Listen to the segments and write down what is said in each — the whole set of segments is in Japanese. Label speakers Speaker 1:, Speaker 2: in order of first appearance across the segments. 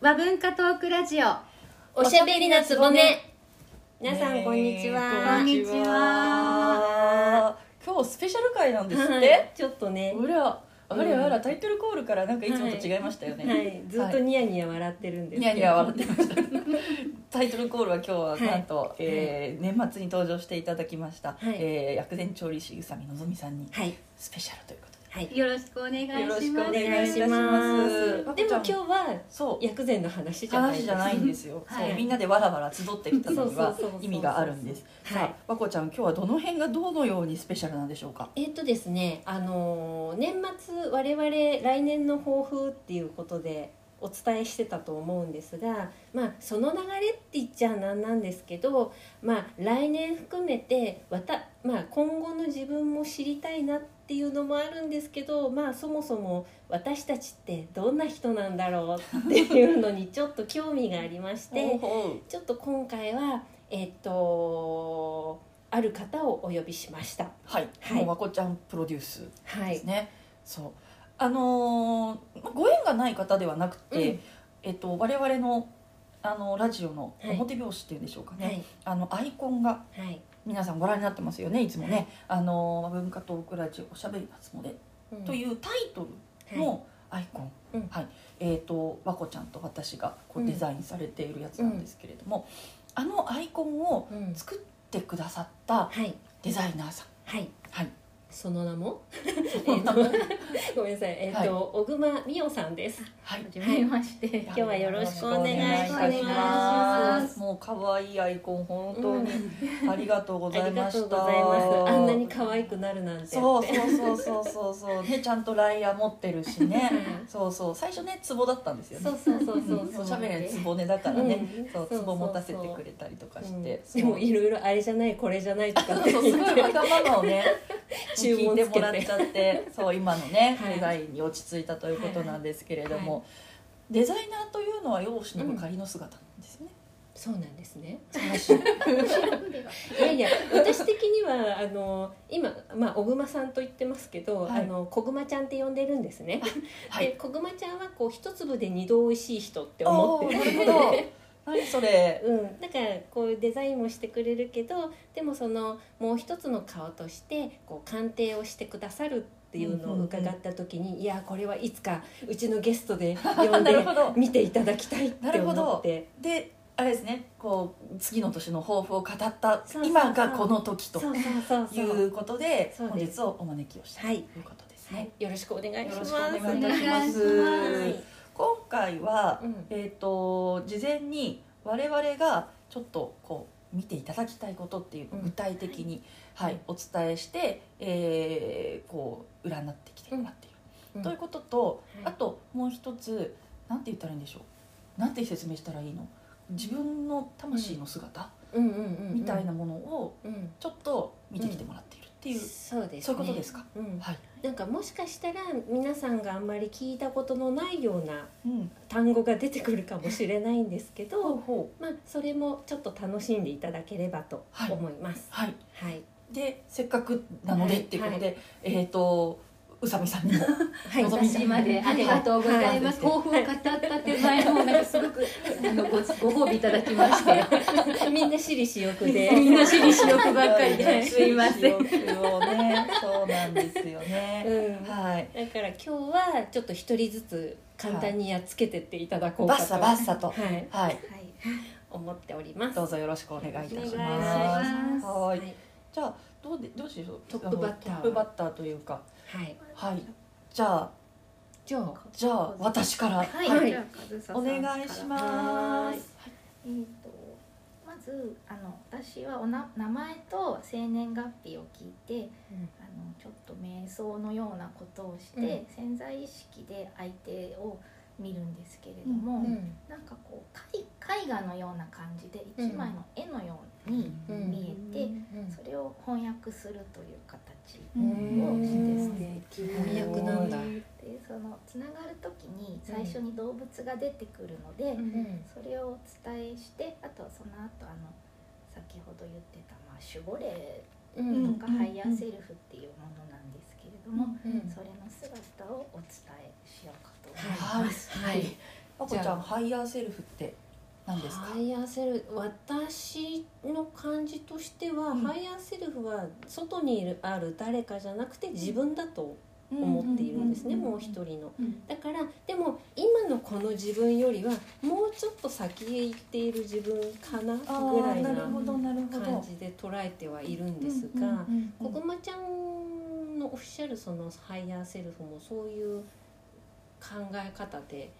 Speaker 1: 和文化トークラジオ
Speaker 2: おしゃべりなつぼね。皆さんこんにちは。
Speaker 1: こんにちは
Speaker 3: 今日スペシャル回なんですっ
Speaker 2: はい
Speaker 3: て。
Speaker 2: ちょっとね。
Speaker 3: ほら、あらあら、タイトルコールからなんかいつもと違いましたよね。
Speaker 2: はい、ずっと
Speaker 3: はい
Speaker 2: ニヤニヤ笑ってるんですけど。
Speaker 3: ニヤニヤ笑ってました。タイトルコールは今日はなんと、えー年末に登場していただきました、
Speaker 2: い
Speaker 3: えー薬膳調理師宇佐美のぞみさんに
Speaker 2: はい。
Speaker 3: スペシャルということで。
Speaker 2: はい。
Speaker 1: よろしくお願いします
Speaker 3: よろしくお
Speaker 2: お願
Speaker 3: 願
Speaker 2: い
Speaker 3: い
Speaker 2: し
Speaker 3: し
Speaker 2: ま
Speaker 3: ますす。
Speaker 2: でも今日は
Speaker 3: そう。
Speaker 2: 薬膳の話じゃない。
Speaker 3: 話じゃないんですよ、
Speaker 1: はい
Speaker 3: そうみんなでわらわら集ってきたのには
Speaker 2: そうそうそうそう
Speaker 3: 意味があるんです
Speaker 2: はい
Speaker 3: さあ和子ちゃん今日はどの辺がどのようにスペシャルなんでしょうか
Speaker 2: えっとですね、あのー年末我々来年の抱負っていうことでお伝えしてたと思うんですが、まあその流れって言っちゃなんなんですけど、まあ来年含めてわたまあ今後の自分も知りたいなっていうのもあるんですけど、まあそもそも私たちってどんな人なんだろうっていうのにちょっと興味がありまして、ちょっと今回はえっとある方をお呼びしました。
Speaker 3: はい、
Speaker 2: はい
Speaker 3: もう和子ちゃんプロデュース
Speaker 2: は
Speaker 3: で
Speaker 2: い
Speaker 3: す。ね、そうあのーまあご縁がない方ではなくて、
Speaker 2: うん
Speaker 3: えっと、我々のあのラジオの
Speaker 2: はい
Speaker 3: 表拍子っていうんでしょうかね、
Speaker 2: はい
Speaker 3: あのアイコンが
Speaker 2: はい、
Speaker 3: 皆さんご覧になってますよねいつもね「あのー文化トークラジオおしゃべりなつもで」というタイトル
Speaker 2: はい
Speaker 3: のアイコン、
Speaker 2: うん
Speaker 3: はいえっと和子ちゃんと私がこ
Speaker 2: う
Speaker 3: うんデザインされているやつなんですけれども、あのアイコンを
Speaker 2: うん
Speaker 3: 作ってくださった
Speaker 2: はい
Speaker 3: デザイナーさん、
Speaker 2: はい
Speaker 3: はい、
Speaker 2: その名も
Speaker 3: その名も
Speaker 2: ごめんなさいえっ、と小熊美代さんです
Speaker 3: はい
Speaker 1: はじめまして
Speaker 2: 今日はよろしくお願い
Speaker 1: します
Speaker 3: よろくお願いしますもう可愛いアイコン本当にありがとうござ
Speaker 2: あ
Speaker 3: い
Speaker 2: りが
Speaker 3: ま
Speaker 2: とう
Speaker 3: し
Speaker 2: ご
Speaker 3: た。
Speaker 2: ざいますあんなに可愛くなるなんて
Speaker 3: そう
Speaker 2: って
Speaker 3: そうそうそうそうそうねちゃんとライヤー持ってるしね。そうそう最初ねツボだったんですよね。
Speaker 2: そうそうそうそう
Speaker 3: うんおしゃべりツボねだからね。そうツボ持たせてく
Speaker 2: れ
Speaker 3: れたりとかして。そう
Speaker 2: でもいろいろあれじゃないこれじゃない とか
Speaker 3: そう
Speaker 2: って
Speaker 3: そ
Speaker 2: 言
Speaker 3: う
Speaker 2: っ
Speaker 3: す
Speaker 2: て
Speaker 3: ごいわがままをね
Speaker 2: 注
Speaker 3: 聞い
Speaker 2: 文
Speaker 3: て
Speaker 2: つけ
Speaker 3: も
Speaker 2: て
Speaker 3: らっちゃってそう今のね
Speaker 2: はい
Speaker 3: デザインに落ち着いたということなんですけれども、デザイナーというのは容姿の仮の姿なんですね、
Speaker 2: そうなんですね
Speaker 3: 素晴らしい
Speaker 2: いやいや私的にはあの今、まあ、小熊さんと言ってますけど、
Speaker 3: はい
Speaker 2: あの小熊ちゃんって呼んでるんですね、
Speaker 3: はい
Speaker 2: で小熊ち ゃんはこう一粒で二度おいしい人って
Speaker 3: お
Speaker 2: 思って
Speaker 3: ーなるほど何そ れ
Speaker 2: うん、だからこういうデザインもしてくれるけどでもそのもう一つの顔としてこう鑑定をしてくださるっていうのを伺った時に、いやこれはいつかうちのゲストで呼ん
Speaker 3: な
Speaker 2: で
Speaker 3: るほど
Speaker 2: 見ていただきたいって思って
Speaker 3: であれですねこう次の年の抱負を語った
Speaker 2: そうそう
Speaker 3: 今がこの時と
Speaker 2: そうそうそう
Speaker 3: い
Speaker 2: そう
Speaker 3: うことで
Speaker 2: そう
Speaker 3: 本
Speaker 2: で
Speaker 3: 日をお招きをしたと
Speaker 2: はい
Speaker 3: いうことです
Speaker 2: は
Speaker 3: ね
Speaker 2: い、よろしくお願いします
Speaker 3: よろしくお願いいたし
Speaker 1: ま
Speaker 3: ますす
Speaker 1: お願いしま
Speaker 2: はい
Speaker 3: 今回は、
Speaker 2: うん
Speaker 3: えっ、と事前に我々がちょっとこう見ていただきたいことっていうのを
Speaker 2: うん
Speaker 3: 具体的に、はいお伝えして、えーこう占ってきてもらっている、
Speaker 2: うん
Speaker 3: ということと、
Speaker 2: は
Speaker 3: あ
Speaker 2: い
Speaker 3: ともう一つなんて言ったらいいんでしょうなんて説明したらいいの自分の魂の姿
Speaker 2: うんうんうんうん
Speaker 3: みたいなものを
Speaker 2: うん
Speaker 3: ちょっと見てきてもらっているっていう、
Speaker 2: そうですね
Speaker 3: そういうことですか、
Speaker 2: うん
Speaker 3: はい、
Speaker 2: なんかもしかしたら皆さんがあんまり聞いたことのないような
Speaker 3: うん、
Speaker 2: 単語が出てくるかもしれないんですけ
Speaker 3: ほう
Speaker 2: ど
Speaker 3: ほう
Speaker 2: まあそれもちょっと楽しんでいただければと思います
Speaker 3: はい
Speaker 2: はい
Speaker 3: でせっかくなのでっていうことで、えっ、と宇佐美さんにも
Speaker 2: はい、
Speaker 3: 望み
Speaker 1: 私までありがとうございます
Speaker 3: は
Speaker 1: 抱
Speaker 3: い
Speaker 1: 負を語った手前もなんかすごくあのごご褒美いただきまして
Speaker 2: みんな私利私欲 で
Speaker 1: みんな私利私欲ばっかり
Speaker 3: は
Speaker 1: ですいません
Speaker 3: 記憶をねそうなんですよね、
Speaker 2: うん
Speaker 3: はい
Speaker 2: だから今日はちょっと一人ずつ簡単にやっつけてっていただこう
Speaker 3: バ
Speaker 2: か
Speaker 3: ッ
Speaker 2: と
Speaker 3: サバッサと
Speaker 2: はい
Speaker 3: はい
Speaker 2: 思っております
Speaker 3: どうぞよろしくお願いいたします
Speaker 1: お願いします
Speaker 3: は
Speaker 2: はいい
Speaker 3: じゃあどうでどうしよう
Speaker 2: トップバッター
Speaker 3: あのトップバッターというか
Speaker 2: はい
Speaker 3: はいじゃあ
Speaker 2: じゃあ
Speaker 3: じゃあ私から
Speaker 4: はい、
Speaker 2: はい
Speaker 4: じゃあ和佐さん
Speaker 3: お願いしま
Speaker 2: は
Speaker 3: す
Speaker 2: い
Speaker 4: えーとまずあの私はおな名前と生年月日を聞いて
Speaker 2: うん
Speaker 4: あのちょっと瞑想のようなことをして、
Speaker 2: うん
Speaker 4: 潜在意識で相手を見るんですけれども、
Speaker 2: うん
Speaker 4: なんかこう絵絵画のような感じで
Speaker 2: うん
Speaker 4: 一枚の絵のように
Speaker 2: うん
Speaker 4: 見えて、
Speaker 2: うん
Speaker 4: それを翻訳するという形
Speaker 3: うん
Speaker 2: 素敵翻訳なんだ
Speaker 4: でそのつながる時に最初に動物が出てくるので、
Speaker 2: うん
Speaker 4: それをお伝えしてあとはその後あの先ほど言ってた、まあ、守護霊
Speaker 2: う
Speaker 4: と
Speaker 2: ん
Speaker 4: か
Speaker 3: うんうんうん
Speaker 4: ハイヤーセルフっていうものなんですけれども、
Speaker 2: うん
Speaker 4: それの姿をお伝えしようかと思います。
Speaker 3: はい
Speaker 2: はい
Speaker 3: パコち
Speaker 1: じ
Speaker 3: ゃ
Speaker 1: ゃ
Speaker 3: ん
Speaker 1: あ
Speaker 3: ハイヤーセルフって何ですか
Speaker 2: ハイヤーセルフ私の感じとしては、
Speaker 3: うん
Speaker 2: ハイヤーセルフは外にいるある誰かじゃなくて自分だと思っているんですね、
Speaker 3: うんうんうんうん
Speaker 2: もう一人の。
Speaker 1: うん
Speaker 2: だからでも今のこの自分よりはもうちょっと先へ行っている自分かな
Speaker 3: あ
Speaker 2: ぐら
Speaker 3: ー
Speaker 2: い
Speaker 3: な
Speaker 2: な
Speaker 3: るほどなるほど
Speaker 2: 感じで捉えてはいるんですが、ここまちゃんのおっしゃるそのハイヤーセルフもそういう考え方で、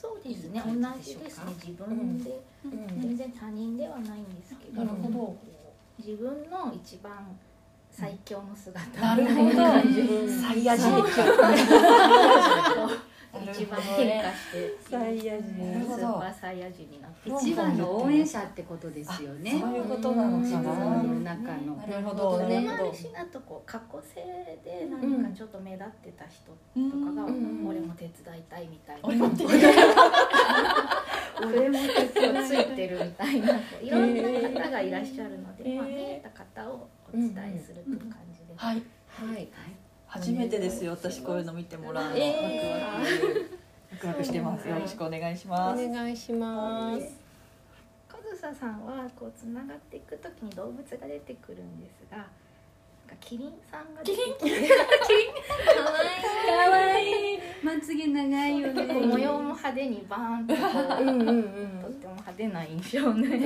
Speaker 4: そうですね
Speaker 2: いい感
Speaker 4: 同
Speaker 2: じでし
Speaker 4: じ
Speaker 2: ょうか
Speaker 4: ですね自分で、
Speaker 2: うん
Speaker 4: 全然他人ではないんですけど
Speaker 3: なるほど
Speaker 4: こう自分の一番最強の姿
Speaker 3: なるほど
Speaker 4: みたいな感じで
Speaker 3: サイヤ人
Speaker 4: そう一番変化して
Speaker 2: サイヤ
Speaker 3: なる
Speaker 2: 人
Speaker 3: ほど
Speaker 4: スーパーサイヤ人になって
Speaker 1: 一番の応援者ってことですよね
Speaker 3: そ。ういうことなの
Speaker 1: 自
Speaker 3: か
Speaker 1: 分
Speaker 3: な
Speaker 1: の中の。
Speaker 3: なるほどなる
Speaker 4: ね
Speaker 3: ほ
Speaker 4: あ
Speaker 3: ど
Speaker 4: るしあとこう過去性で何かちょっと目立ってた人とかが、
Speaker 2: うん
Speaker 4: 俺も手伝いたいみたいな、
Speaker 3: 俺も手
Speaker 4: 俺も手伝いついてるみたいなこういろんな方がいらっしゃるので、
Speaker 3: えー
Speaker 4: まあ、見えた方をお伝えするという感じで、
Speaker 3: はい
Speaker 2: はい、
Speaker 3: 初めてですよ私こういうの見てもらうの、
Speaker 2: え
Speaker 3: ワクワクワクワクしてますよろしくお願いし
Speaker 2: お
Speaker 3: ます
Speaker 2: 願いします。
Speaker 4: カズサさんはこうつながっていくときに動物が出てくるんですがなんかキリンさんが出てきて
Speaker 1: 可愛いまつげ長いよね。
Speaker 4: 結構模様も派手にバーンとこ
Speaker 2: うんうんう
Speaker 4: うとっ
Speaker 2: ん。
Speaker 4: ても派手な印象ね
Speaker 3: ね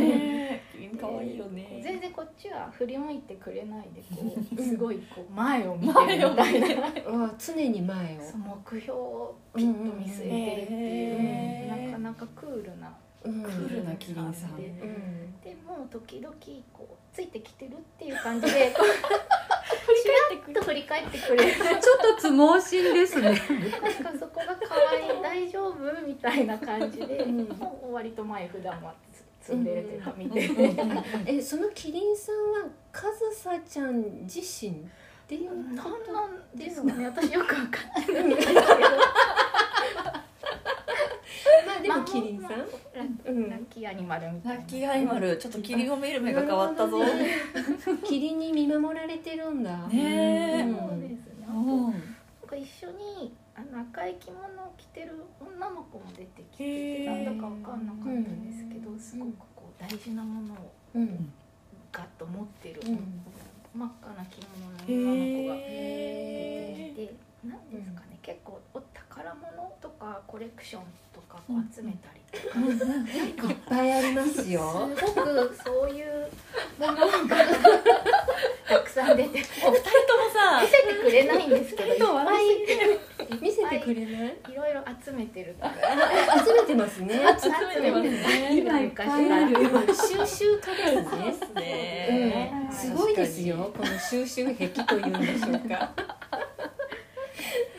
Speaker 3: えキリン 可愛いよ
Speaker 4: こう
Speaker 3: ね
Speaker 4: 全然こっちは振り向いてくれないでこうすごいこう前を見てるみたいな
Speaker 2: あー常に前を。
Speaker 4: そう目標をピッと見据えてるっていう、
Speaker 3: へー
Speaker 4: なかなかクールな
Speaker 2: うん
Speaker 3: クールなキリンさん
Speaker 4: で
Speaker 2: うん。
Speaker 4: でも時々こうついてきてるっていう感じでこうちらっと振り返ってくれる
Speaker 1: ちょっとつ盲信ですね。
Speaker 4: なんかそこが可愛い大丈夫みたいな感じで、
Speaker 2: うん
Speaker 4: もう割と前普段はつ積んでるというか見てる、
Speaker 2: えそのキリンさんはカズサちゃん自身っていう
Speaker 4: 何
Speaker 2: こ
Speaker 4: なんですかね私よくわかんないんですけど
Speaker 2: と。まあでもキリンさん。
Speaker 4: まあ
Speaker 2: うん
Speaker 4: ラッキーアニマルみた
Speaker 3: ラ
Speaker 4: いな
Speaker 3: ッキーアイマルちょっとキリンを見る目が変わったぞ、ね
Speaker 2: キリンに見守られてるんだ。
Speaker 3: え
Speaker 2: う
Speaker 4: そうですね、
Speaker 3: うん
Speaker 4: なんか一緒にあの赤い着物を着てる女の子も出てき
Speaker 3: へ
Speaker 4: て
Speaker 3: ー
Speaker 4: なんだかわかんなかったんですけど、すごくこう大事なものを
Speaker 2: うん。
Speaker 4: ガッと持ってる、
Speaker 2: うん
Speaker 4: 真っ赤な着物の女の子が出て
Speaker 3: へ
Speaker 4: きて何ですかね結構お宝物とかコレクションとかこう集めたりとか、
Speaker 2: いっぱいあります よ。
Speaker 4: すごくそういうものがたくさん出て見せ
Speaker 3: お二人ともさ
Speaker 4: てくれないんですけどいっぱい
Speaker 2: 見せてくれない？
Speaker 4: いろいろ集めてるから。
Speaker 2: 集めてますね。
Speaker 4: 集めてますね。
Speaker 1: 今いっぱいある。
Speaker 2: 収集家ですね。
Speaker 3: ね
Speaker 2: うんすごいですよ。この収集癖というんでしょうか。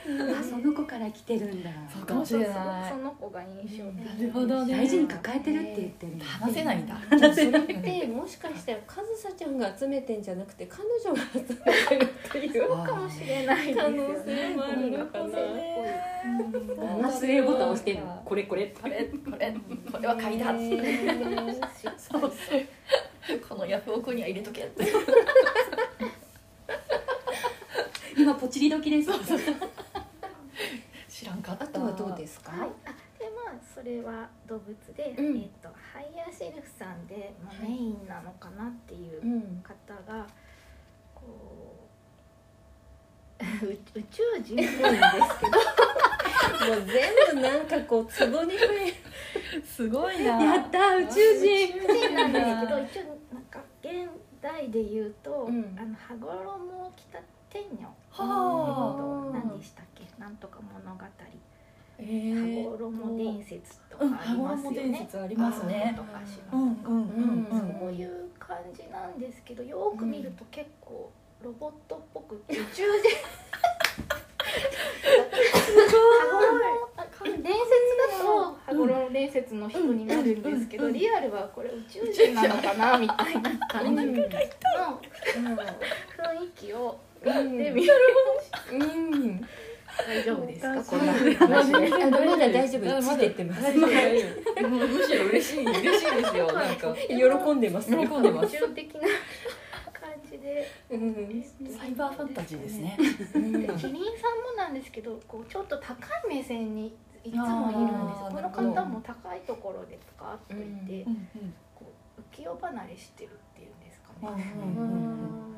Speaker 1: あその子から来てるんだ。
Speaker 3: そうか
Speaker 4: そう
Speaker 3: もし
Speaker 4: そう
Speaker 3: れ
Speaker 4: そ
Speaker 3: ない
Speaker 4: の子が印象的。
Speaker 3: なるほどね
Speaker 1: 大事に抱えてるって言ってる。
Speaker 3: 話せないんだ
Speaker 2: でもそれってもしかしたらカズサちゃんが集めてんじゃなくて彼女が集めてるっていう
Speaker 4: そうかもしれないですよね。
Speaker 2: 可能性もあるのかな
Speaker 1: 忘れボタン押してるの。
Speaker 3: これこれこれこれこれは買いだ、
Speaker 2: へ
Speaker 3: そうこのヤフオクには入れとけって
Speaker 1: 今ポチリ時です。
Speaker 3: 知らんかった
Speaker 2: あとはどうですか？
Speaker 4: はい。あでまあそれは動物で、
Speaker 2: うん。
Speaker 4: えっ、とハイヤーシェルフさんで、まあ、メインなのかなっていううん方がこう宇宇宙人っぽいんですけど。
Speaker 2: もう全部なんかこうツボに増え
Speaker 3: すごいな
Speaker 1: やった宇宙人。
Speaker 4: 宇宙人なんですけど一応なんか現代で言うと、
Speaker 2: うん
Speaker 4: あの羽衣を着た天女
Speaker 3: は
Speaker 2: あ
Speaker 4: 何でしたっけなんとか物語羽
Speaker 3: えー
Speaker 4: 衣伝説と
Speaker 3: うん
Speaker 4: かあり
Speaker 3: 羽
Speaker 4: ます
Speaker 3: 衣
Speaker 4: よ
Speaker 3: 伝
Speaker 4: ね、
Speaker 3: 説あり
Speaker 4: り
Speaker 3: ますね
Speaker 4: とかし
Speaker 3: う
Speaker 4: ま
Speaker 3: んうんうんう
Speaker 2: うん
Speaker 4: そういう感じなんですけどよーく見ると結構ロボットっぽくて宇宙人羽衣伝説だと羽衣伝説の人になるんですけどリアルはこれ宇宙人なのかなみたいな
Speaker 2: た。
Speaker 4: 感じの
Speaker 2: うん
Speaker 4: 雰囲気を
Speaker 2: うん
Speaker 4: で見る
Speaker 2: うん。
Speaker 4: 大丈夫です
Speaker 3: おか
Speaker 4: か
Speaker 3: しい
Speaker 4: こんな話で
Speaker 2: あのまだ大丈夫。ついてってます。
Speaker 3: もうむしろ嬉しい嬉しいですよなんか
Speaker 2: 喜んでます。
Speaker 3: 喜んでま
Speaker 4: 宇
Speaker 3: す
Speaker 4: 宙的な感じで
Speaker 2: うん。
Speaker 3: サイバーファンタジーですね
Speaker 4: で キリンさんもなんですけどこうちょっと高い目線にいつもいるんです
Speaker 3: あー
Speaker 4: この方ろでパカッといて、
Speaker 3: うん
Speaker 4: こう浮世離れしてるっていうんですか
Speaker 3: うん
Speaker 4: ね。
Speaker 3: うんうんうん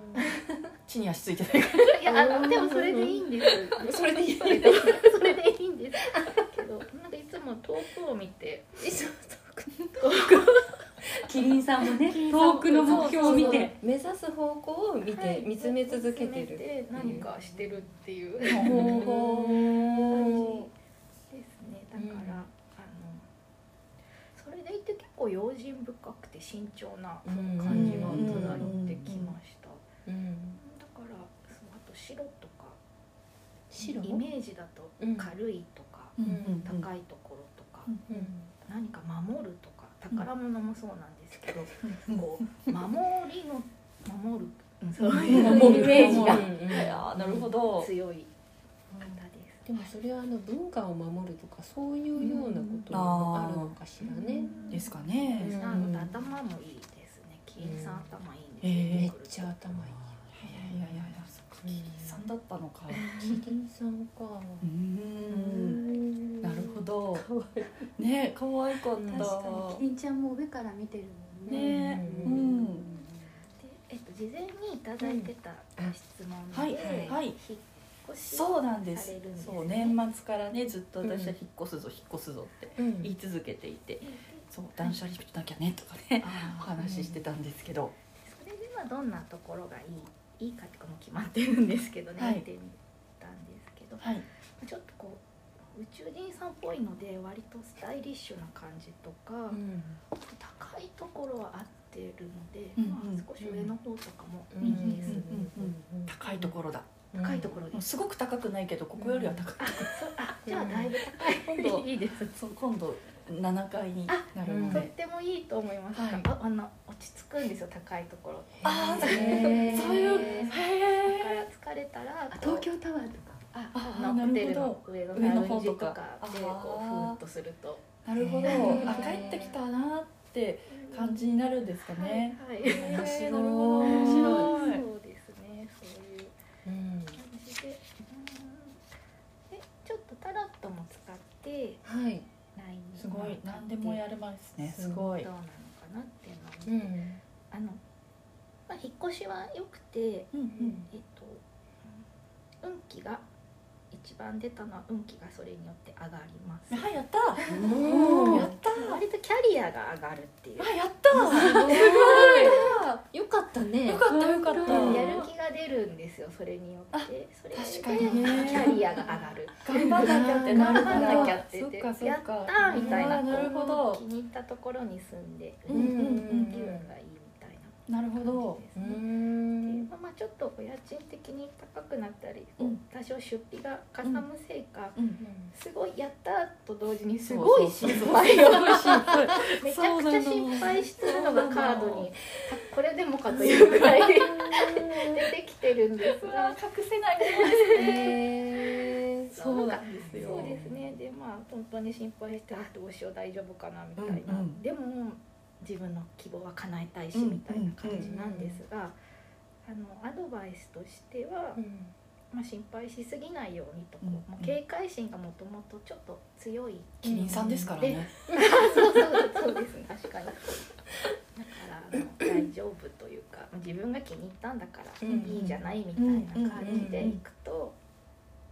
Speaker 3: 地に足ついてないか
Speaker 4: いやあのでもそれでいいんです。
Speaker 2: それでいい
Speaker 4: それでそれでいいんです。けどなんかいつも遠くを見て、
Speaker 1: キリンさんもね遠くの目標を見て
Speaker 2: 目指す方向を見て、
Speaker 4: はい
Speaker 2: 見つめ続け
Speaker 4: 見
Speaker 2: て
Speaker 4: つめ
Speaker 2: る
Speaker 4: て何かしてるっていう。
Speaker 3: ら
Speaker 2: ほう
Speaker 3: も
Speaker 2: ほ
Speaker 4: ですねだから、あのそれでいて結構用心深くて慎重な
Speaker 2: うん
Speaker 4: 感じが漂ってきました、
Speaker 2: う、うん、
Speaker 4: だからそうあと白とか
Speaker 2: 白
Speaker 4: イメージだと
Speaker 2: うん
Speaker 4: 軽いとか、
Speaker 3: う
Speaker 4: 高いところとか、
Speaker 3: うん
Speaker 2: うん
Speaker 4: 何か守るとか宝物もそうなんですけど、
Speaker 3: うん
Speaker 4: こう守りの守るそう
Speaker 3: う
Speaker 4: い
Speaker 3: ん
Speaker 4: う
Speaker 3: 守る
Speaker 2: イメージが、
Speaker 3: うんあーなるほど
Speaker 4: 強い方で
Speaker 2: でもそれはあの文化を守るとかそういうようなこと
Speaker 3: うん
Speaker 2: もあるのかし
Speaker 4: す
Speaker 2: らね、
Speaker 3: ですかね
Speaker 2: うん
Speaker 4: あの頭もいいですね。キリンさん頭いいんです
Speaker 3: うん
Speaker 4: よ。
Speaker 2: め
Speaker 4: め
Speaker 2: っ
Speaker 4: っ
Speaker 2: ち
Speaker 4: ち
Speaker 2: ゃ
Speaker 4: ゃ
Speaker 2: 頭いい
Speaker 3: いやいやいやいやそっかキリンさんだったのか
Speaker 2: キリンさんか
Speaker 3: うん
Speaker 2: ん
Speaker 3: なるほどね可愛かっ
Speaker 5: 確かにキ
Speaker 3: た
Speaker 5: リンちゃんも上から見てるもんね。
Speaker 3: ね
Speaker 2: う
Speaker 3: うんん
Speaker 4: でえっと事前にいただいてた質問
Speaker 3: は
Speaker 4: で、
Speaker 3: いはい
Speaker 4: 引っ越し
Speaker 3: そうなんです
Speaker 4: されるんですね
Speaker 3: そう年末からねずっと私は
Speaker 2: うん
Speaker 3: 引っ越すぞ引っ越すぞって
Speaker 2: うん
Speaker 3: 言い続けていてそう断捨離しなきゃねとかねお
Speaker 4: あ
Speaker 3: 話ししてたんですけど
Speaker 4: ーそれではどんなところがいいいいかとかも決まってるんですけどね、
Speaker 3: はい
Speaker 4: 見てみたんですけど、
Speaker 3: はい
Speaker 4: ちょっとこう宇宙人さんっぽいので割とスタイリッシュな感じとか、
Speaker 2: うん
Speaker 4: 高いところは合ってるので、
Speaker 3: うん
Speaker 4: まあ
Speaker 3: うん
Speaker 4: 少し上の方とかもいいです。
Speaker 3: 高いところだ
Speaker 4: 高いところ
Speaker 3: も
Speaker 4: で
Speaker 3: う
Speaker 4: す。
Speaker 3: すごく高くないけどここよりは高い
Speaker 4: そうあじゃあだいぶ高い。
Speaker 3: 今度
Speaker 4: いいです。
Speaker 3: そう今度7階になるの
Speaker 2: あ
Speaker 4: と
Speaker 3: で、
Speaker 4: ってもいいと思います。
Speaker 3: はい
Speaker 4: ああの落ち着くんですよ高いところ。
Speaker 3: あー
Speaker 2: へー
Speaker 3: そういう
Speaker 4: だ
Speaker 3: へ
Speaker 4: から疲れたら
Speaker 5: あ
Speaker 4: こう
Speaker 5: 東京タワーとか。
Speaker 4: あ
Speaker 3: あ
Speaker 4: あ
Speaker 3: な
Speaker 4: の
Speaker 3: る
Speaker 4: ホ
Speaker 3: ほど
Speaker 4: テルの上の
Speaker 3: 上
Speaker 4: ラ
Speaker 3: の
Speaker 4: ウン
Speaker 3: 方
Speaker 4: ジ
Speaker 3: と
Speaker 4: と
Speaker 3: か
Speaker 4: か
Speaker 3: あ
Speaker 4: で
Speaker 3: ー
Speaker 4: こうふーっとすると。
Speaker 3: なるほど、
Speaker 2: へー
Speaker 3: あ帰ってきたなーって感じになるんですかね、
Speaker 4: はい。
Speaker 3: へ
Speaker 4: はい
Speaker 3: ー
Speaker 2: 面白い
Speaker 3: なるほど面白い
Speaker 4: そうですね。そういう
Speaker 2: うん
Speaker 4: 感じで。うんでちょっとタロットも使って
Speaker 2: はい
Speaker 4: ライン
Speaker 3: すごい何でもやれますねすごい
Speaker 4: どうなのかなっていうのを見
Speaker 2: う
Speaker 4: て
Speaker 2: ん
Speaker 4: あの、まあ、引っ越しは良くて、
Speaker 3: うんうん
Speaker 4: えっと、うん運気が一番出たのは運気がそれによって上がります。
Speaker 3: あやったー
Speaker 2: もう
Speaker 3: やったー
Speaker 4: 割とキャリアが上がるっていう。
Speaker 3: あやったー
Speaker 2: よかったね
Speaker 3: よかったよかった
Speaker 2: うん
Speaker 4: やる気が出るんですよ。それによって、それで
Speaker 3: 確かにね
Speaker 4: キャリアが上がる。
Speaker 3: 頑張んなきゃってなるから
Speaker 4: 頑張んなきゃって
Speaker 3: そっ
Speaker 4: って
Speaker 3: かそっか
Speaker 4: やったーみたいな
Speaker 3: あーなるほど
Speaker 4: 気に入ったところに住んで、
Speaker 3: う
Speaker 4: うんん、
Speaker 3: うんうん
Speaker 4: 気分がいいみたいな
Speaker 3: なるほど
Speaker 4: 感じです
Speaker 2: う
Speaker 4: ね。
Speaker 2: ん
Speaker 4: まあまあちょっとお家賃的に高くなったり、
Speaker 3: うん
Speaker 4: 多少出費がかさむせいか、
Speaker 3: うん
Speaker 4: すごいやったと同時にすごい心配
Speaker 3: そうそ
Speaker 4: を
Speaker 3: うそうそう
Speaker 4: めち
Speaker 3: そう
Speaker 4: ゃく
Speaker 3: なの
Speaker 4: ちゃ心配してるのがカードにあこれでもかというくらい出てきてるんです
Speaker 3: うわ
Speaker 4: が
Speaker 3: ー隠せないね
Speaker 2: へー
Speaker 3: そうなんですよ
Speaker 4: そうですねでまあ本当に心配してあどうしよう大丈夫かなみたいな、
Speaker 3: うんうん
Speaker 4: でも自分の希望は叶えたいし
Speaker 3: うん
Speaker 4: みたいな感じなんですが、あのアドバイスとしては
Speaker 2: う、ん
Speaker 4: まあ、心配しすぎないようにとこう、
Speaker 3: うん
Speaker 4: もう警戒心がもともとちょっと強い
Speaker 3: キリンさんですからね
Speaker 4: そうそうそうですね確かにだからあの大丈夫というか自分が気に入ったんだから
Speaker 2: う
Speaker 4: い
Speaker 2: ん
Speaker 4: いじゃないみたいな感じ
Speaker 3: う
Speaker 4: で
Speaker 3: ん
Speaker 4: いくと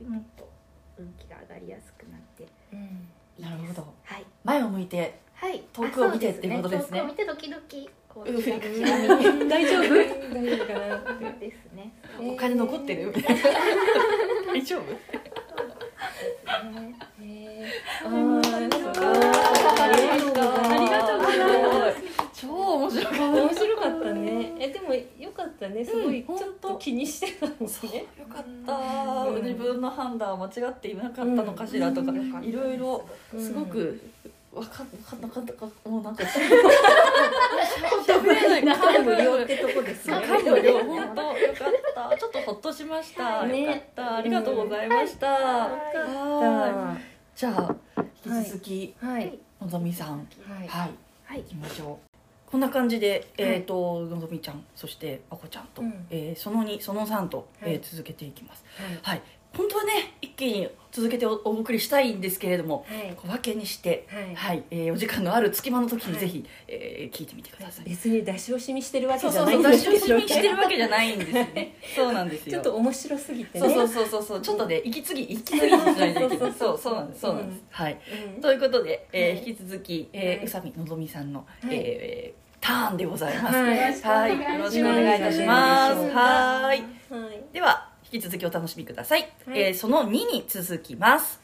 Speaker 4: もっと運気が上がりやすくなってい
Speaker 2: うん
Speaker 4: いです
Speaker 3: なるほど
Speaker 4: はい
Speaker 3: 前を向いて
Speaker 4: はい
Speaker 3: 遠くを見てっていうことですね
Speaker 4: あそう遠くを見て時々こう
Speaker 3: うん
Speaker 4: 気が気が見え
Speaker 2: 大丈夫大丈夫かなって
Speaker 4: るですね
Speaker 2: えー
Speaker 3: お金残ってるみたいな 大丈夫
Speaker 4: そうですね
Speaker 2: へー
Speaker 3: あ
Speaker 2: あ
Speaker 3: ー
Speaker 2: ー
Speaker 3: そ
Speaker 2: そうう
Speaker 3: か
Speaker 2: か
Speaker 3: あ
Speaker 2: あ
Speaker 3: り
Speaker 2: り
Speaker 3: が
Speaker 2: が
Speaker 3: と
Speaker 2: と
Speaker 3: う
Speaker 2: う
Speaker 3: ご
Speaker 2: ご
Speaker 3: ざ
Speaker 2: ざい
Speaker 3: います。
Speaker 2: ます
Speaker 3: 超面白かっ
Speaker 2: 面白かったね。 えでも良かったね。すごい、
Speaker 3: うん
Speaker 2: ちょっと気にしてたの
Speaker 3: そう
Speaker 2: ね。
Speaker 3: よかった、
Speaker 2: うん
Speaker 3: 自分の判断は間違っていなかったのかしらとか、
Speaker 4: うん
Speaker 3: いろいろ
Speaker 2: うん
Speaker 3: すごく分かんなかったかもうなんかし喋れない
Speaker 2: 中でも良ってとこですね。
Speaker 3: 感無量本当よかったちょっとほっとしました、
Speaker 2: ね
Speaker 3: よかったありがとうございました、
Speaker 4: はい
Speaker 2: は
Speaker 3: は
Speaker 2: い
Speaker 3: じゃあ引き続き、
Speaker 2: い。はい。
Speaker 3: のぞみさん
Speaker 2: はい
Speaker 3: はい
Speaker 4: はい
Speaker 3: 行きましょうこんな感じで、えー、とのぞみちゃんそしてあこちゃんと、
Speaker 2: うん
Speaker 3: えーその2その3と、
Speaker 2: はい
Speaker 3: えー続けていきますはい本当はね一気に続けておお送りしたいんですけれども
Speaker 2: はい
Speaker 3: 小分けにして、
Speaker 2: はい
Speaker 3: はいえーお時間のある隙間の時に
Speaker 2: はい
Speaker 3: ぜひ、えー聞いてみてください。
Speaker 2: 別に出し惜しみしてるわけ
Speaker 3: そう
Speaker 2: じゃ
Speaker 3: そう
Speaker 2: ない
Speaker 3: そ
Speaker 2: ん
Speaker 3: う、
Speaker 2: で
Speaker 3: 出し
Speaker 2: すけど
Speaker 3: 惜しみしてるわけじゃないんですよ ね。そうなんです
Speaker 2: ちょ
Speaker 3: よ。
Speaker 2: っと面白すぎて
Speaker 3: そう
Speaker 2: ね
Speaker 3: そうそうそうそう、ちょっとね、息継ぎ、息継ぎしないといけな い。そ、
Speaker 2: そうう
Speaker 3: そうなんです。そうなんです。はい。
Speaker 2: うん
Speaker 3: ということで、え
Speaker 2: は
Speaker 3: ー
Speaker 2: い
Speaker 3: 引き続き、え
Speaker 2: は
Speaker 3: ー、
Speaker 2: いう
Speaker 3: さみのぞみさんの、
Speaker 2: はい
Speaker 3: えーターンでございます。
Speaker 2: はい
Speaker 3: はい、よろしくお願いいたします。
Speaker 2: お願いします
Speaker 3: はい。
Speaker 2: はい
Speaker 3: では、引き続きお楽しみください。
Speaker 2: はい
Speaker 3: えーその2に続きます。